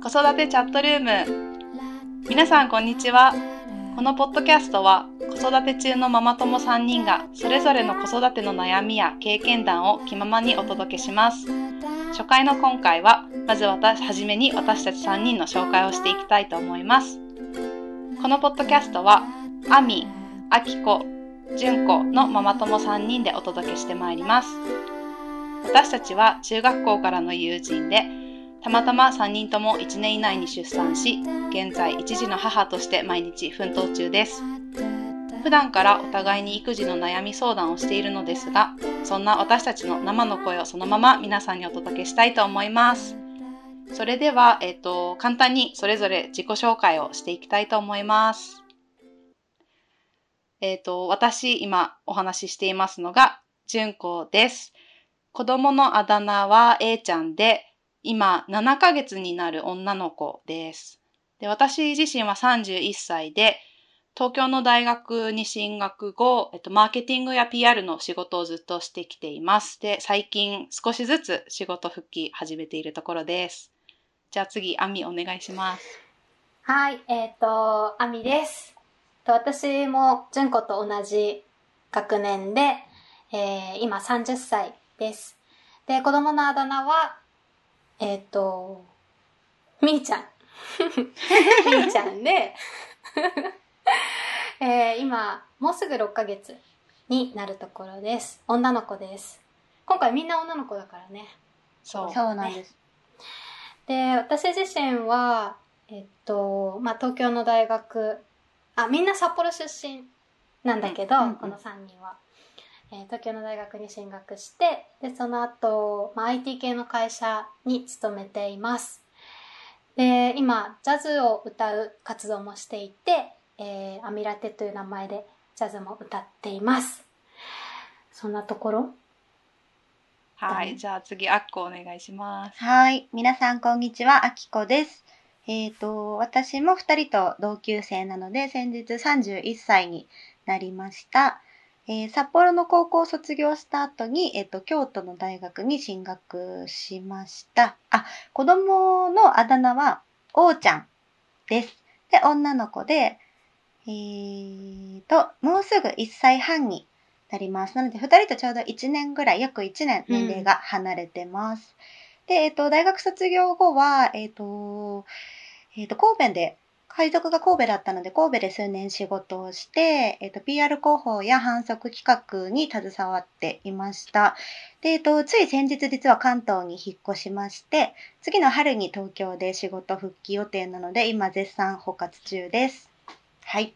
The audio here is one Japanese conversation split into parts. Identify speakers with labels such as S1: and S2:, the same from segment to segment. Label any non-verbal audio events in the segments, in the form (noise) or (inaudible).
S1: 子育てチャットルーム皆さんこんにちはこのポッドキャストは子育て中のママ友3人がそれぞれの子育ての悩みや経験談を気ままにお届けします初回の今回はまず私はじめに私たち3人の紹介をしていきたいと思いますこのポッドキャストはあみ、あきこ、じゅんこのママ友3人でお届けしてまいります私たちは中学校からの友人でたまたま3人とも1年以内に出産し現在1児の母として毎日奮闘中です普段からお互いに育児の悩み相談をしているのですがそんな私たちの生の声をそのまま皆さんにお届けしたいと思いますそれでは、えっと簡単にそれぞれ自己紹介をしていきたいと思いますえっ、と私今お話ししていますのが純子です子供のあだ名は A ちゃんで今7ヶ月になる女の子です。で私自身は31歳で東京の大学に進学後、えっと、マーケティングや PR の仕事をずっとしてきています。で最近少しずつ仕事復帰始めているところです。じゃあ次、アミお願いします。
S2: はい、えっ、と、あみです。と私も、じゅんこと同じ学年で、えー今30歳です。で、子供のあだ名は、えっ、と、みーちゃん。 (laughs) みーちゃんで、 (laughs) えー今、もうすぐ6ヶ月になるところです。女の子です。今回みんな女の子だからね。
S1: そう。
S3: そうなんです。
S2: で私自身はえっとまあ東京の大学あみんな札幌出身なんだけど、
S1: うんうんうん
S2: この3人は、えー東京の大学に進学してでその後、まあ IT 系の会社に勤めていますで今ジャズを歌う活動もしていて、えーアミラテという名前でジャズも歌っていますそんなところ
S1: はい。じゃあ次、アッコお願いします。
S3: はい。皆さん、こんにちは。あきこです。えっ、と、私も2人と同級生なので、先日31歳になりました。えー札幌の高校を卒業した後に、えっ、と、京都の大学に進学しました。あ、子供のあだ名は、おーちゃんです。で、女の子で、えーと、もうすぐ1歳半になります。なので、2人とちょうど1年ぐらい、約1年年齢が離れてます。で、えっ、と、大学卒業後は、えっ、と、えっ、と、神戸で、配属が神戸だったので、神戸で数年仕事をして、えっ、と、PR 広報や反則企画に携わっていました。で、えっ、と、つい先日実は関東に引っ越しまして、次の春に東京で仕事復帰予定なので、今絶賛補活中です。はい。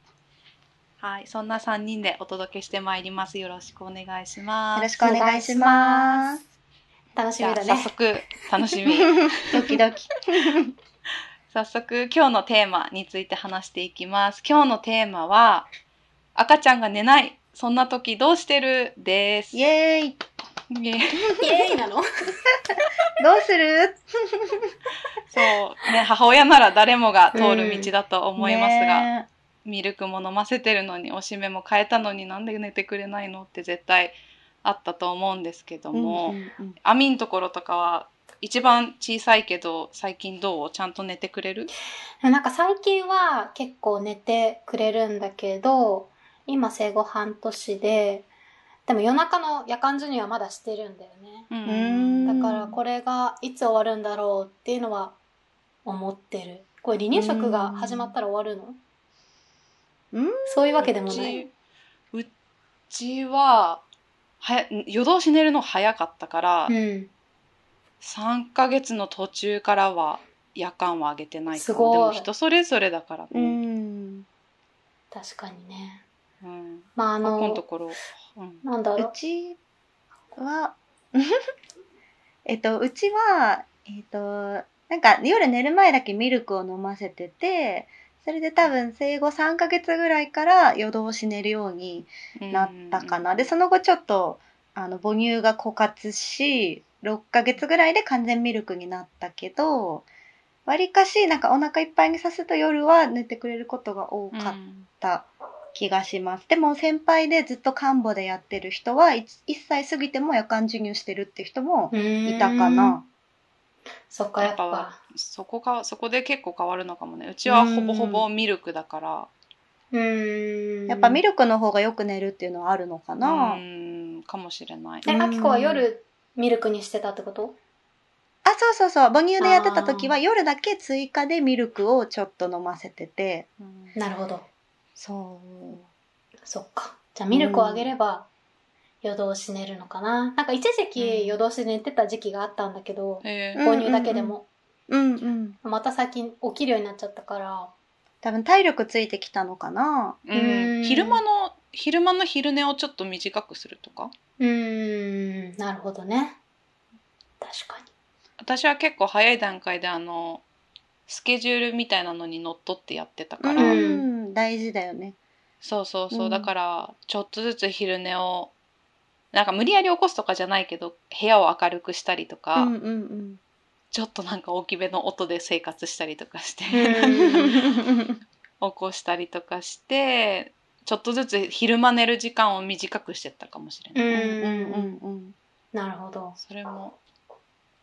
S1: はい。そんな3人でお届けしてまいります。よろしくお願いします。
S3: よろしくお願いします。
S2: 楽し
S1: じゃ
S2: み
S1: あ
S2: だ
S1: 早
S2: ね
S1: 速、楽しみ。
S3: ドキドキ。
S1: 早速今日のテーマについて話していきます今日のテーマは赤ちゃんが寝ないそんな時どうしてるです
S3: イエーイ。
S1: イエーイ
S2: イエーイなの
S3: どうする
S1: (laughs) そうね母親なら誰もが通る道だと思いますが、
S3: ね
S1: ミルクも飲ませてるのにおしめも変えたのになんで寝てくれないのって絶対あったと思うんですけど
S3: え
S1: も、
S3: うんうんうん
S1: アミンところとかは一番小さいけど最近どうちゃんと寝てくれる
S2: なんか最近は結構寝てくれるんだけど、今生後半年で、でも夜中の夜間授乳はまだしてるんだよね。
S1: う
S3: ーん
S2: だからこれがいつ終わるんだろうっていうのは思ってる。これ離乳食が始まったら終わるの
S3: うん
S2: そういうわけでもない。
S1: うちうちははや夜通し寝るの早かったから、
S2: うん。
S1: 3ヶ月の途中からは夜間はあげてないか
S2: す
S1: な
S2: ご
S1: で
S2: い
S1: も人それぞれだから
S3: う
S1: ね、
S3: ん。
S2: 確かにね。
S1: うん
S2: まああ
S1: ここのと
S2: の、
S1: ころ、うん
S2: なんだろ
S3: う
S2: う。
S3: ちは、 (laughs) えっと、うちは、えっと、なんか夜寝る前だけミルクを飲ませてて、それで多分生後3ヶ月ぐらいから夜通し寝るようになったかな。で、その後ちょっと、あの、母乳が枯渇し、6ヶ月ぐらいで完全ミルクになったけど、わりかし、なんかお腹いっぱいにさせた夜は寝てくれることが多かったった気がします。でも先輩でずっと看護でやってる人は 1, 歳過ぎても夜間授乳してるって人も
S2: うーん
S3: いたかな。
S2: そっか、やっ
S1: やっ
S2: ぱ。
S1: そこかそこで結構変わるのかもねうちはほぼほぼミルクだから
S2: うーん。
S3: やっぱミ
S2: る。
S3: ルクの方がよく寝るっていうのはあるのかな、
S1: うーんかもしれない
S2: え、
S3: うん
S2: あきこは夜、ミルクにしてたってこと
S3: あそうそうそう母乳でやってた時は夜だけ追加でミルクをちょっと飲ませてて、
S2: なるほど。
S3: そう
S2: そっか。じゃあ、ミルクをあげれば、夜通し寝るのかな。なんか、一時期夜通し寝てた時期があったんだけど、
S1: え
S3: う
S1: ー
S3: ん
S2: 購入だけでも。
S3: うんうん
S2: また最近起きるようになっちゃったから、
S3: 多分体力ついてきたのかな
S1: うん
S2: うん
S1: 昼間の昼間の昼寝をちょっと短くするとか
S2: うーん、なるほどね。確かに。
S1: 私は結構早い段階であのスケジュールみたいなのにのっとってやってたから、
S2: うん
S3: うん大事だよね
S1: そうそうそう、
S3: うん
S1: だからちょっとずつ昼寝をなんか無理やり起こすとかじゃないけど部屋を明るくしたりと
S3: う
S1: か、
S3: んうん
S1: ちょっとなんか大きめの音で生活したりとかして、
S3: (laughs) う
S1: 起
S3: ん
S1: こしたりとかしてちょっとずつ昼間寝る時間を短くしてったかもしれない、
S2: う
S3: うんうん
S2: ん、
S3: うんうん
S2: なるほど。
S1: それも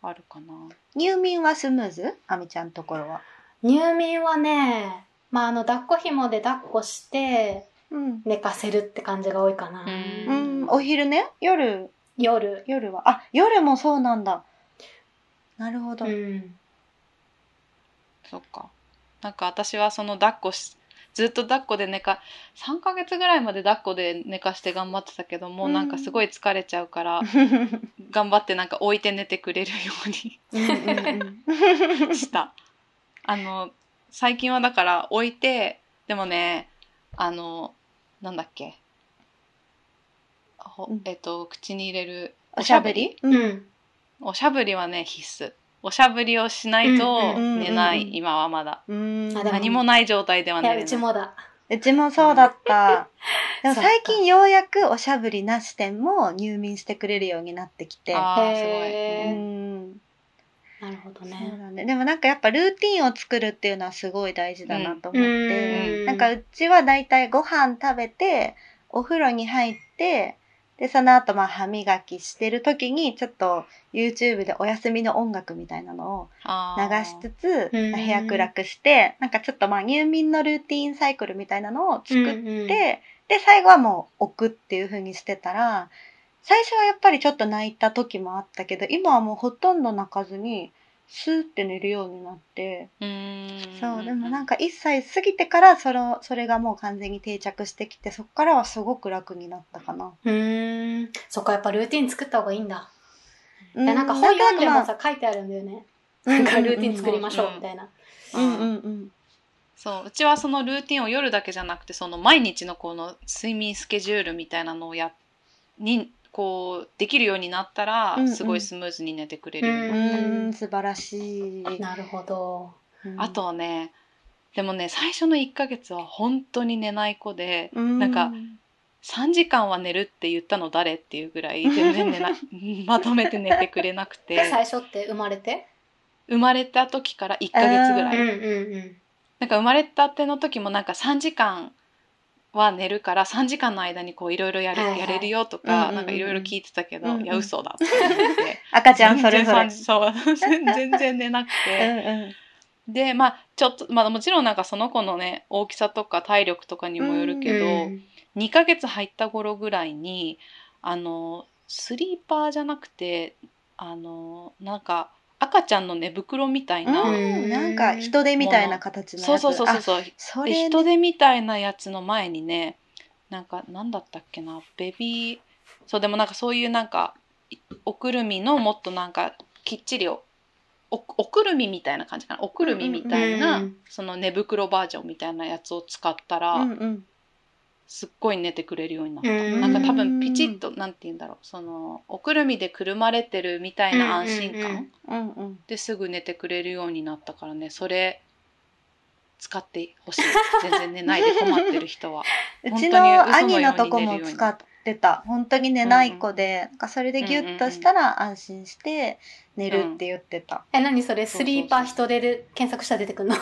S1: あるかな
S3: 入眠はスムーズあみちゃんのところは
S2: 入眠はね、まあ、あの、抱っこ紐で抱っこして、
S3: うん、
S2: 寝かせるって感じが多いかな。
S1: うん
S3: うん、お昼ね夜
S2: 夜。
S3: 夜はあ夜もそうなんだなるほど、
S2: うん。
S1: そっかなんか私はその抱っこしずっと抱っこで寝か3ヶ月ぐらいまで抱っこで寝かして頑張ってたけどもうなんかすごい疲れちゃうから、頑張ってなんか置いて寝てくれるように
S3: うん (laughs) うん
S1: したあの最近はだから置いてでもねあのなんだっけほ
S3: うん
S1: えっと口に入れる
S3: おしゃべり
S2: う
S3: うん
S2: ん。
S1: おしゃぶりはね必須おしゃぶりをしないと
S3: うんうん
S1: 寝ない、
S3: うんうん
S1: 今はまだ
S3: うん
S2: あでも
S1: 何もない状態ではい寝れ
S2: や、
S1: ないう
S2: ちもだ。
S3: うちもそうだった。でも
S1: そっか
S3: 最近ようやくおしゃぶりなし店も入眠してくれるようになってきて。
S1: あーすごい
S3: う
S2: へー
S3: ん。
S2: なるほど
S3: そう
S2: ね。
S3: だね。でもなんかやっぱルーティンを作るっていうのはすごい大事だなと思って。
S1: う
S3: なんかうちはだいたいご飯食べて、お風呂に入って、で、その後まあ歯磨きしてる時にちょっと YouTube でお休みの音楽みたいなのを
S1: あ
S3: 流
S1: ー
S3: しつつ、
S2: うん
S3: まあ部屋暗くして、なんかちょっとまあ入眠のルーティンサイクルみたいなのを作って、
S2: うんうん
S3: で、最後はもう置くっていう風にしてたら、最初はやっぱりちょっと泣いた時もあったけど、今はもうほとんど泣かずに、スーって寝るようになって、
S1: うーん
S3: そう、でもなん
S1: か
S3: か1歳過ぎてからそれをそれがもう完全に定着してきて、そっからはすごく楽になったかな。
S2: うーん。そっか、やっぱルーティン作った方がいいんだ。
S3: う
S2: い
S3: ん
S2: や、なんか本読んでも
S3: なんとな
S2: さ、書いてあるんだよね。
S3: くまあ
S2: なんかルーティン作りましょ
S1: うん
S2: う、みたいな。
S3: うんうんうん。
S1: そううちはそのルーティンを夜だけじゃなくてその毎日のこの睡眠スケジュールみたいなのをやにこうできるようになったら、
S3: うんうん
S1: すごいスムーズに寝てくれるようにな
S3: う
S1: る、
S3: ーん、素晴らしい。
S2: なるほど。
S3: うん
S1: あ、とねでもね最初の1ヶ月は本当に寝ない子でなんか3時間は寝るって言ったの誰っていうぐらい全然寝な (laughs) まとめて寝てくれなく
S3: (laughs)
S1: て
S2: 最初って生まれて
S1: 生まれた時から1ヶ月ぐら
S2: う
S1: い
S2: んうん
S1: なんか生まれたての時もなんか3時間は寝るから3時間の間にこういろいろやる
S2: はいはい
S1: やれるよと
S3: うんうん
S1: か
S3: うん
S1: なんかいろいろ聞いてたけど、
S3: うんうん
S1: いや嘘だって
S3: (laughs)
S1: 思って
S3: 赤ちゃんそれぞれ。
S1: 全然そう全然寝なくて、
S3: (laughs) うん
S1: でまあちょっとまあもちろんなんかその子のね大きさとか体力とかにもよる
S2: うん。
S1: けど、
S2: うん
S1: 2ヶ月入った頃ぐらいにあのスリーパーじゃなくてあのなんか赤ちゃんの寝袋みたいな、
S3: うんうん、なんか人手みたいな形のやつ。
S1: そうそうそうそう
S3: あ。
S1: そう
S3: そ
S1: で
S3: れ、
S1: 人手みたいなやつの前にねなんかなんだったっけなベビーそうでもなんかそういうなんかいおくるみのもっとなんかきっちりおおおくるみみたいな感じかなおくるみみたいな、
S2: うんうん
S1: その寝袋バージョンみたいなやつを使ったら、
S3: うんうん。
S1: すっごい寝てくれるようになった、
S2: うん
S1: なんか多分ピチッとなんて言うんだろうそのおくるみでくるまれてるみたいな安心感、
S2: うんうんうん
S3: うんうん。
S1: ですぐ寝てくれるようになったからねそれ使ってほしい全然寝ないで困ってる
S3: (laughs)
S1: 人は
S3: う
S1: 本当
S3: ち
S1: に
S3: の
S1: 嘘の
S3: 兄
S1: よう
S3: の
S1: に
S3: とこも使ってた。本当に寝ない子で、なんかそれでギュッとしたら安心して寝るって言ってた。
S2: え、何それスリーパー人手で検索したら出てくるの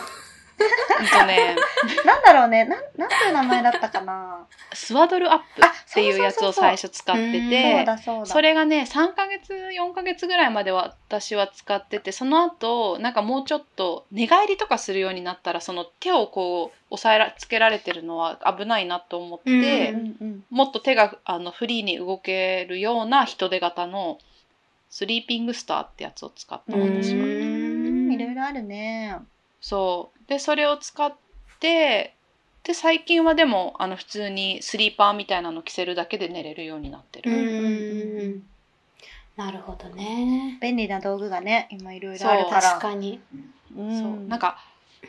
S1: うんとね、
S3: なんだろうね。なん、なんていう名前だったかな。
S1: スワドルアップ
S3: あ
S1: っていうやつを最初使って
S3: そう
S1: て、
S3: だそうだ。
S1: それがね3ヶ月4ヶ月ぐらいまでは私は使っててその後なんかもうちょっと寝返りとかするようになったらその手をこう押さえらつけられてるのは危ないなと思って、
S3: うんうん
S1: もっと手があのフリーに動けるような人手型のスリーピングスターってやつを使った
S2: う
S1: 私は。
S3: うん。
S2: ん
S3: いろいろあるね。
S1: そうでそれを使ってで最近はでもあの普通にスリーパーみたいなの着せるだけで寝れるようになって
S2: う
S1: る。
S2: んうんうんなるほどね。
S3: 便利な道具がね、今いろいろあるから。
S2: 確かに。
S3: うん
S1: そうなんか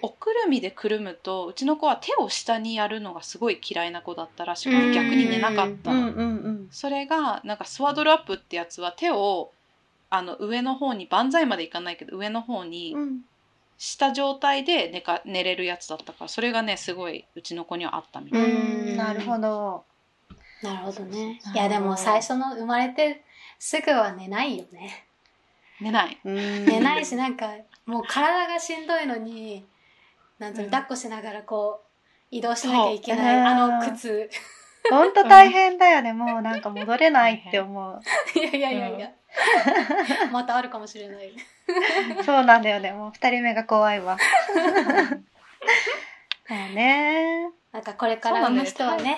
S1: おくるみでくるむとうちの子は手を下にやるのがすごい嫌いな子だったらしく
S2: うん
S1: 逆に寝なかった
S3: う
S1: の、
S3: んうんうん。
S1: それがなんかスワドルアップってやつは手をあの上の方に万歳までいかないけど上の方に
S3: うん
S1: した状態で寝か寝れるやつだったからそれがねすごいうちの子にはあったみた
S3: う
S1: い、
S3: ん、なるほど。
S2: なるほどね
S3: そう。
S2: いやでも最初の生まれてすぐは寝ないよね。
S1: 寝ない
S2: 寝
S3: 寝
S2: ない
S3: (laughs)
S2: しなんかもう体がしんどいのに、なんていう
S1: うん
S2: の抱っこしながらこう移動しなきゃいけない
S3: そう
S2: あの靴。 (laughs)
S3: ほんと大変だよね。もうなんか戻れないって思う。
S2: いやいやいやいや。 (laughs) またあるかもしれない。
S3: (laughs) そうなんだよね。もう二人目が怖いわ。
S2: (laughs)
S3: そうね。
S2: なんかこれから産む人はね。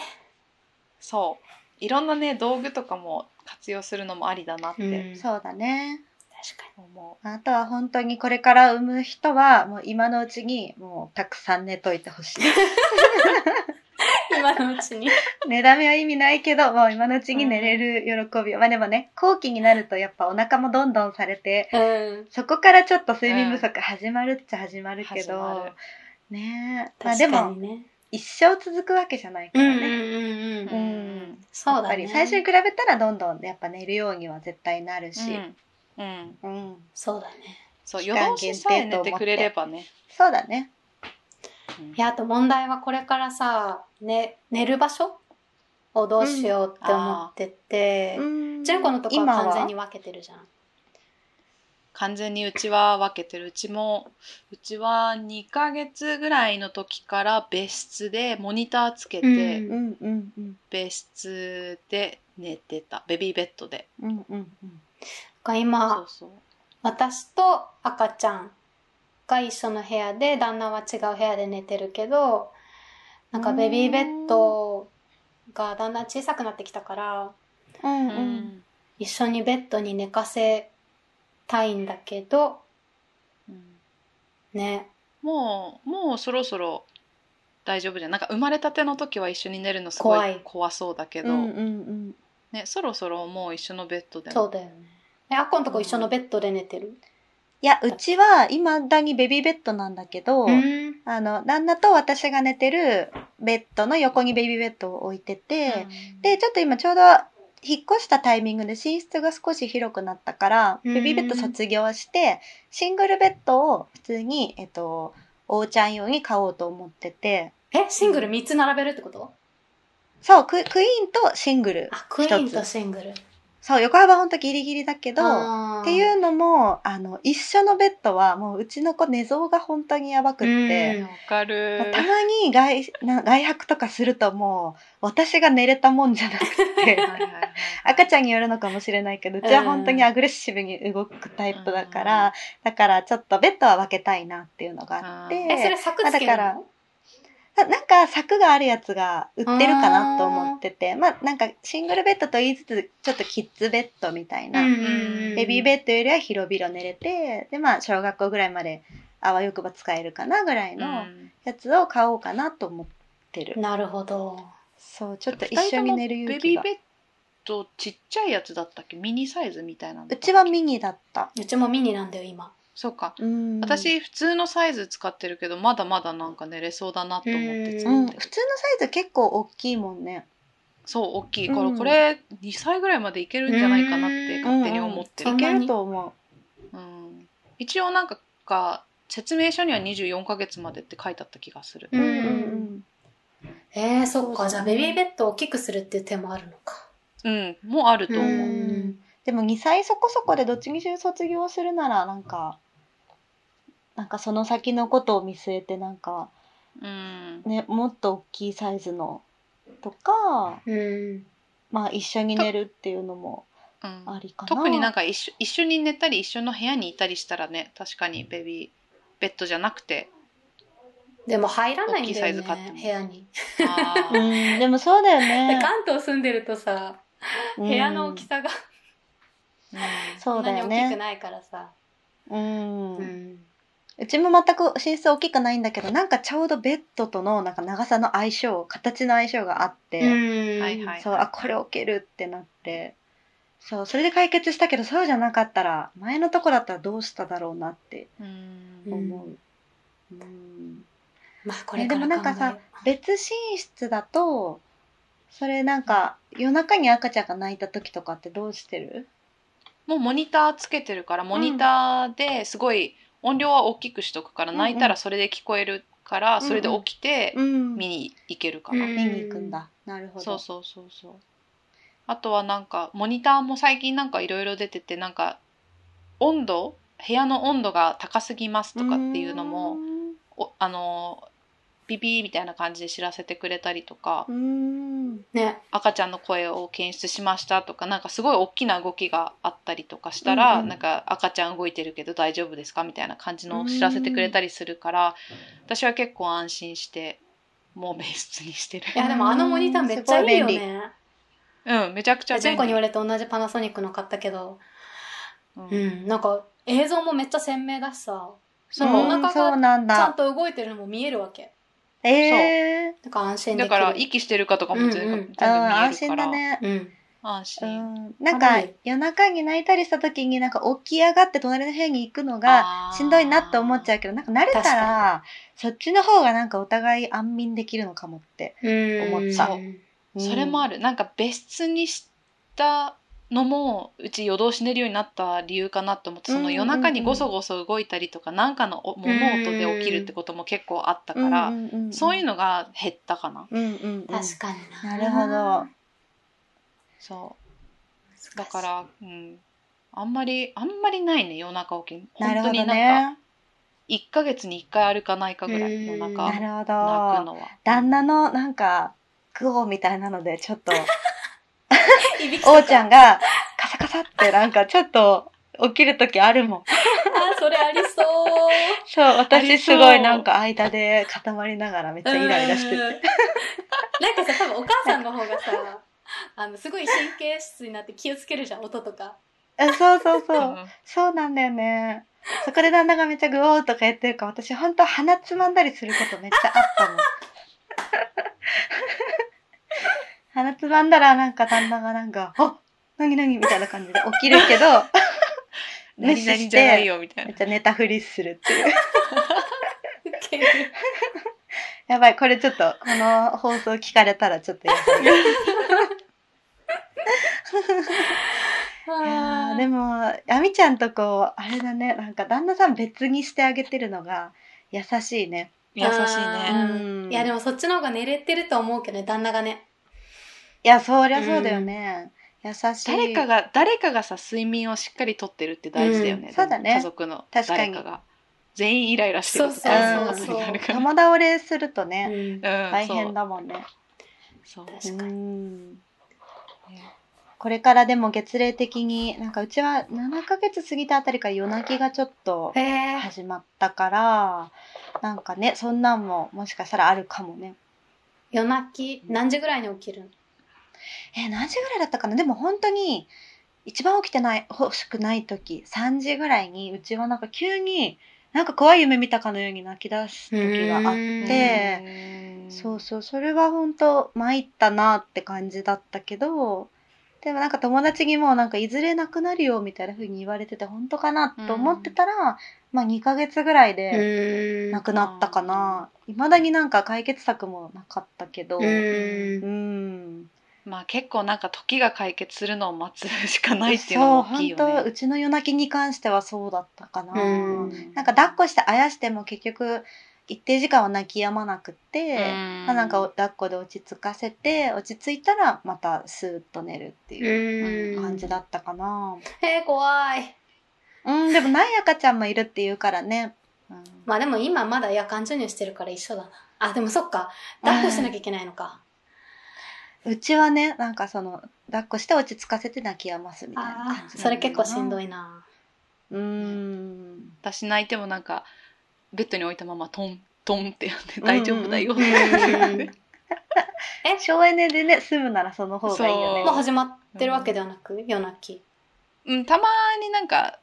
S1: そういろんなね道具とかも活用するのもありだなって
S2: 確か
S3: そうだね。
S1: 思
S3: あとは本当にこれから産む人は、もう今のうちにもうたくさん寝といてほしい。
S2: (laughs) に。今のうちに。
S3: 寝だめは意味ないけど、もう今のうちに寝れる喜びを。まあでもね、後期になるとやっぱお腹もどんどんされて、
S2: (laughs) うん。
S3: そこからちょっと睡眠不足始まるっちゃ始ま
S1: う
S3: るけ
S1: 始
S3: ど、
S1: まる
S3: ねえ。まあで
S2: 確か
S3: も、
S2: にね。
S3: 一生続くわけじゃないか
S2: うんう
S3: ら
S2: ん
S3: ね。
S2: うん
S1: う
S2: うん。
S1: ん
S2: そ
S3: や
S2: う
S3: っ
S2: だ
S3: ぱ
S2: ね
S3: り。最初に比べたらどんどんやっぱ寝るようには絶対なるし、
S1: うん、うん、
S3: うん
S2: そうだね。
S1: そう
S3: 期
S1: 夜
S3: 間
S1: 通しさえ寝てくれればね
S3: そうだね
S1: うん
S2: いや、あと問題はこれからさ、ね、寝る場所をどうしようって思ってて、
S3: ん
S2: ジェルコのとこは
S3: 今
S2: 完全に分けてるじゃん。
S1: 完全にうちは分けてるうちもうちは2ヶ月ぐらいの時から別室でモニターつけて、
S2: うん
S3: うんうんうん
S1: 別室で寝てたベビーベッドで
S3: うんうんうん
S2: が
S1: そう
S2: 今、
S1: そう
S2: 私と赤ちゃんが一緒の部屋で、旦那は違う部屋で寝てるけど、なんかベビーベッドがだんだん小さくなってきたから、
S3: うん
S1: う
S3: うん
S1: ん、
S2: 一緒にベッドに寝かせたいんだけど、
S1: うん
S2: ね。
S1: もうもうそろそろ大丈夫じゃんなんか生まれたての時は一緒に寝るのすご
S2: 怖
S1: い
S2: い
S1: 怖そうだけ
S3: う
S1: ど、
S3: んうん
S1: ね、そろそろもう一緒のベッドでも
S2: そうだよね。え、アッコのとこ一緒のベッドで寝てる
S3: いやうちはいまだにベビーベッドなんだけど、
S2: うん。
S3: あの旦那と私が寝てるベッドの横にベビーベッドを置いてて、でちょっと今ちょうど引っ越したタイミングで寝室が少し広くなったから、
S2: うん
S3: ベビーベッド卒業してシングルベッドを普通に、えっと、おーちゃん用に買おうと思ってて
S2: え、シングル3つ並べるってこと
S3: そうククイーンとシングル
S2: あ、クイーンとシングル。
S3: そう横幅ほんとギリギリだけど
S2: あー
S3: っていうのもあの一緒のベッドはもううちの子寝相が本当にやばくって。
S2: うん
S1: わかる (laughs)
S3: たまに外な外泊とかするともう私が寝れたもんじゃなくて
S1: はいはいはい
S3: (laughs) 赤ちゃんによるのかもしれないけど、うちは本当にアグレッシブに動くタイプだから、
S1: うん
S3: だからちょっとベッドは分けたいなっていうのがあって、
S1: うん
S2: え、それ柵つける
S3: あだから
S2: の
S3: ななんか柵があるやつが売ってるかなと思ってて、まあなんかシングルベッドと言いつつ、ちょっとキッズベッドみたいな、
S1: うん
S3: ベビー
S2: ッ
S3: ベッドよりは広々寝れて、でまあ小学校ぐらいまであわよくば使えるかなぐらいの
S1: うん
S3: やつを買おうかなと思ってる。
S2: なるほど。
S3: そう、ちょっと一緒に寝る勇
S1: ベビ
S3: 気が
S1: ー。ベッドちっちゃいやつだったっけミニサイズみたいなの
S3: うちはミニだった。
S2: うちもミニなんだよ、今。
S1: そうか
S3: うん
S1: 私普通のサイズ使ってるけどまだまだなんか寝れそうだなと思って使
S3: う、
S2: うん
S1: っ
S3: 普通
S1: て
S3: の
S1: る
S3: サイズ結構大きいもんね。
S1: そう大きい
S3: うん
S1: からこれ2歳ぐらいまでいけるんじゃないかなって勝手に思って
S2: う
S1: る
S3: い
S2: ん
S3: けると思
S1: うん一応なんかが説明書には24ヶ月までって書いてあった気がする
S3: う。
S2: う
S3: うんんうん
S2: えー、そっ
S3: そう
S2: か。
S3: だね
S2: じゃあ、ベビーベッドを大きくするっていう手もあるのか。
S1: うんもうあると
S3: う。
S1: 思うん
S3: でも2歳そこそこでどっちにしろ卒業するならなんかなんかその先のことを見据えてなんか、
S1: うん。
S3: ね、もっと大きいサイズのとか、
S2: うん。
S3: まあ一緒に寝るっていうのも
S1: うん
S3: ありかな。
S1: 特になん
S3: か、
S1: か一緒一緒に寝たり一緒の部屋にいたりしたらね確かにベビーベッドじゃなくて
S2: でも入らないん
S1: 大きい
S2: だ
S1: サイ
S2: よ
S1: ズ買って
S2: ね、
S1: も
S2: 部屋に。
S1: あ
S3: う
S1: ー
S3: ん、でもそうだよね。
S2: 関東住ん (laughs) でるとさ、部屋の大きさが
S3: うん
S1: うん
S2: そ
S3: そうんだ
S2: なに
S3: よ
S2: 大きく
S3: ね。
S2: ないからさ。
S3: うん。
S2: う。
S3: うんちも全く寝室大きくないんだけど、なんかちょうどベッドとのなんか長さの相性、形の相性があって、
S2: うん
S1: はいはい
S3: そう、あ、これ置けるってなって、そう、それで解決したけど、そうじゃなかったら、前のとこだったらどうしただろうなって
S1: うん
S3: 思う。うん、
S2: まあこれから
S3: えでもなんかさ別寝室だと、それなんか、夜中に赤ちゃんが泣いた時とかってどうしてる
S1: もうモニターつけてるからモニターですごい音量は大きくしとくから
S3: うん
S1: 泣いたらそれで聞こえるから
S3: んうん
S1: それで起きて
S3: うん見
S1: 見に行けるかな、
S2: うん
S3: に行くんだ。なるほど。
S1: そうそうそうそうあとはなんかモニターも最近なんかいろいろ出ててなんか温度部屋の温度が高すぎますとかっていうのもおあのビビーみたいな感じで知らせてくれたりとか
S3: うーん。
S2: ね。
S1: 赤ちゃんの声を検出しましたとかなんかすごい大きな動きがあったりとかしたら、
S3: うんうん
S1: なんか赤ちゃん動いてるけど大丈夫ですかみたいな感じのを知らせてくれたりするから私は結構安心してもう別室にしてる
S2: いやでもあのモニターめっちゃいい
S3: す
S2: よ
S3: ごい
S2: ね。
S1: うんめちゃくちゃ
S2: ジェ
S1: 便
S2: ンコに言
S1: 利、
S2: われて同じパナソニックの買ったけど、
S1: うん
S2: うん、なんか映像もめっちゃ鮮明だしさ、
S1: そう
S2: うん
S1: お
S2: 腹が
S3: そうなん
S2: ちゃん
S3: だ。
S2: と動いてるのも見えるわけ。
S3: ええ
S2: なんか安心で
S1: だ
S2: きる。
S1: から息してるかとかも全部,、
S2: うんうん
S1: 全部見え
S3: ー、う
S1: る
S3: ん、
S1: から
S3: 安心だね。
S2: うん。
S1: 安
S3: う
S1: 心
S3: ん、なんか
S2: 軽い
S3: 夜中に泣いたりした時になんか起き上がって隣の部屋に行くのが
S1: あー
S3: しんどいなって思っちゃうけどなんか慣れた
S2: 確
S3: らそっちの方がなんかお互い安眠できるのかもって、
S2: うん
S3: 思った
S1: それもあ
S3: る
S1: るなんか別室にしたのもうち夜通し寝るようになった理由かなと思ってそ
S3: うんうん
S1: の
S3: うん
S1: 夜中にごそごそ動いたりとか何かのお物音で起きるってことも結構あったから、
S3: うんうんうん、
S1: そういう
S3: の、
S1: のが減ったかな
S3: うんうんうん、
S2: 確かにな。
S3: なるほど。
S1: そうだから、うん、あんまりあんまりないね夜中起き
S3: なる
S1: 本
S3: ほ
S1: 当
S3: ど
S1: になんか
S3: ね
S1: 1ヶ月に1回あるかないかぐら
S2: うん
S1: い夜中
S3: な
S1: 泣く
S3: るほど
S1: のは
S3: 旦那のなんかグオみたいなのでちょっと
S2: いびきとか
S3: おうちゃんがカサカサってなんかちょっと起きる時あるもん
S2: あ、それありそう。
S3: そう、
S1: あり
S3: 私
S1: そう
S3: すごいなんか間で固まりながらめっちゃイライラして
S2: うん
S3: て。
S2: なんかさ、多分お母さんの方がさ、あの、すごい神経質になって気をつけるじゃん、音とか。
S3: あそうそう
S1: う
S3: そう。
S1: ん
S3: そうなんだよね。そこで旦那がめっちゃグオーとか言ってるから、私ほんと鼻つまんだりすることめっちゃあったの。鼻つまんだらなんか旦那がなんか、あなになにみたいな感じで起きるけど、無視
S1: 何々
S3: し
S1: じゃない
S3: て、
S1: よみたい
S3: め
S1: な
S3: っちゃ寝たふりするっていう。
S2: ウケる。
S3: やばい、これちょっと、この放送聞かれたらちょっとやばい。いやーで
S2: も、
S3: もあみちゃんとこうあれだねなんか旦那さん別にしてあげてるのが優しいね
S1: 優しいね
S3: ね
S2: うんいや、でもそっちの方が寝れてると思うけどね、旦那がね。
S3: いやそりゃそうだよね、優しい
S1: 誰かが誰かがさ睡眠をしっかりとってるって大事だよね、
S3: うんそうだね
S1: 家族の
S3: 確か
S1: 誰
S3: に
S1: かが全員イライラしてると
S2: そう
S1: そう
S3: そう
S1: ことになるから、うん
S3: 共倒れするとね、
S2: うん
S3: 大変だもんね
S1: そう
S2: 確
S1: そう
S2: かに
S3: うんこれからでも月齢的になんかうちは7ヶ月過ぎたあたりから夜泣きがちょっと
S2: へえ
S3: 始まったからなんかねそんなんももしかしたらあるかもね
S2: 夜泣き何時ぐらいに起きるの
S3: えー何時ぐらいだったかなでも本当に一番起きてない欲しくない時3時ぐらいにうちはなんか急になんか怖い夢見たかのように泣き出す時があっで
S1: うん
S3: そうそうそれは本当参ったなって感じだったけどでもなんか友達にもなんかいずれなくなるよみたいな風に言われてて本当かなと思ってたら、まあ2ヶ月ぐらいで
S2: うん
S3: なくなったかな未だになんか解決策もなかったけど
S2: うん
S3: うん
S1: まあ結構なんか時が解決するのを待つしかないっていうのも大きいよ
S3: そう本当
S1: ね
S3: うちの夜泣きに関してはそうだったかな、
S2: うん
S3: なんか抱っこしてあやしても結局一定時間は泣き止まなく
S1: う
S3: て、
S1: ん
S3: まあなんかお抱っこで落ち着かせて落ち着いたらまたスーッと寝るっていう
S2: う
S3: 感じだったかな、
S2: えー、怖い
S3: うんでもない赤ちゃんもいるっていうからね、
S1: うん
S2: まあでも今まだ夜間授乳してるから一緒だな。あ、でもそっか。抱っこしてなきゃいけないのか。
S3: うちはね、なんかその、抱っこして落ち着かせて泣きやますみたいな
S2: あ
S3: 感
S2: あ、
S3: じ。
S2: それ結構しんど
S3: い。
S2: いな。
S3: うーん。
S1: 私泣いてもなんかベッドに置いたままトントンってやって大丈夫だよ、
S3: うんうん
S2: うん
S3: 省エネでね、済むならその方がいいよね。
S2: もう始まってるわけではなく、夜泣き。
S1: うん、たまになんか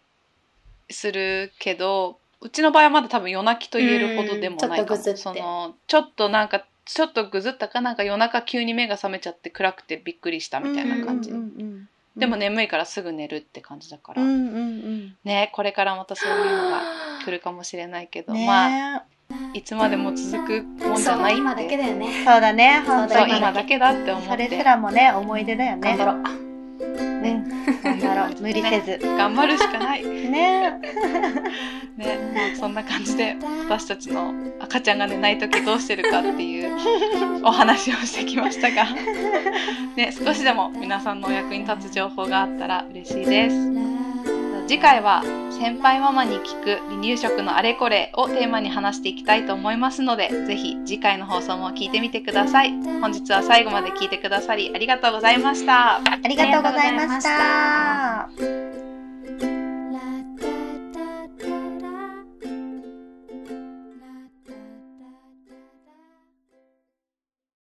S1: するけどうちの場合はまだ多分夜泣きと言えるほどでもないか
S2: うんちょっとぐずっ
S1: も
S2: て
S1: そのちょっとなんかちょっとぐずったかなんか夜中急に目が覚めちゃって暗くてびっくりしたみたいな感じ、
S3: うんうんうんうん
S1: でも、眠いからすぐ寝るって感じだか
S3: う
S1: ら、
S3: んうん
S1: ねこれからまたそういうのが来るかもしれないけ
S3: う
S1: ど、
S3: ん。ね
S1: まあいつまでも続くもんじ
S2: そ
S1: ゃな
S2: う、
S1: いって
S2: 今だけだよね。
S3: そうだね、
S2: そう
S3: 本
S1: そ
S3: 当
S1: う
S3: に。
S1: 今だけだって思って
S3: それすらもね、思い出だよね。
S2: 頑張ろう。あ
S3: ね、頑張ろう。無理せず。
S1: (laughs) 頑張るしかないね
S3: ね。
S1: そんな感じで私たちの赤ちゃんが寝ない時どうしてるかっていうお話をしてきましたが、ね、少しでも皆さんのお役に立つ情報があったら嬉しいです次回は先輩ママに聞く離乳食のあれこれをテーマに話していきたいと思いますのでぜひ次回の放送も聞いてみてください本日は最後まで聞いてくださりありがとうございました
S3: ありがとうございました。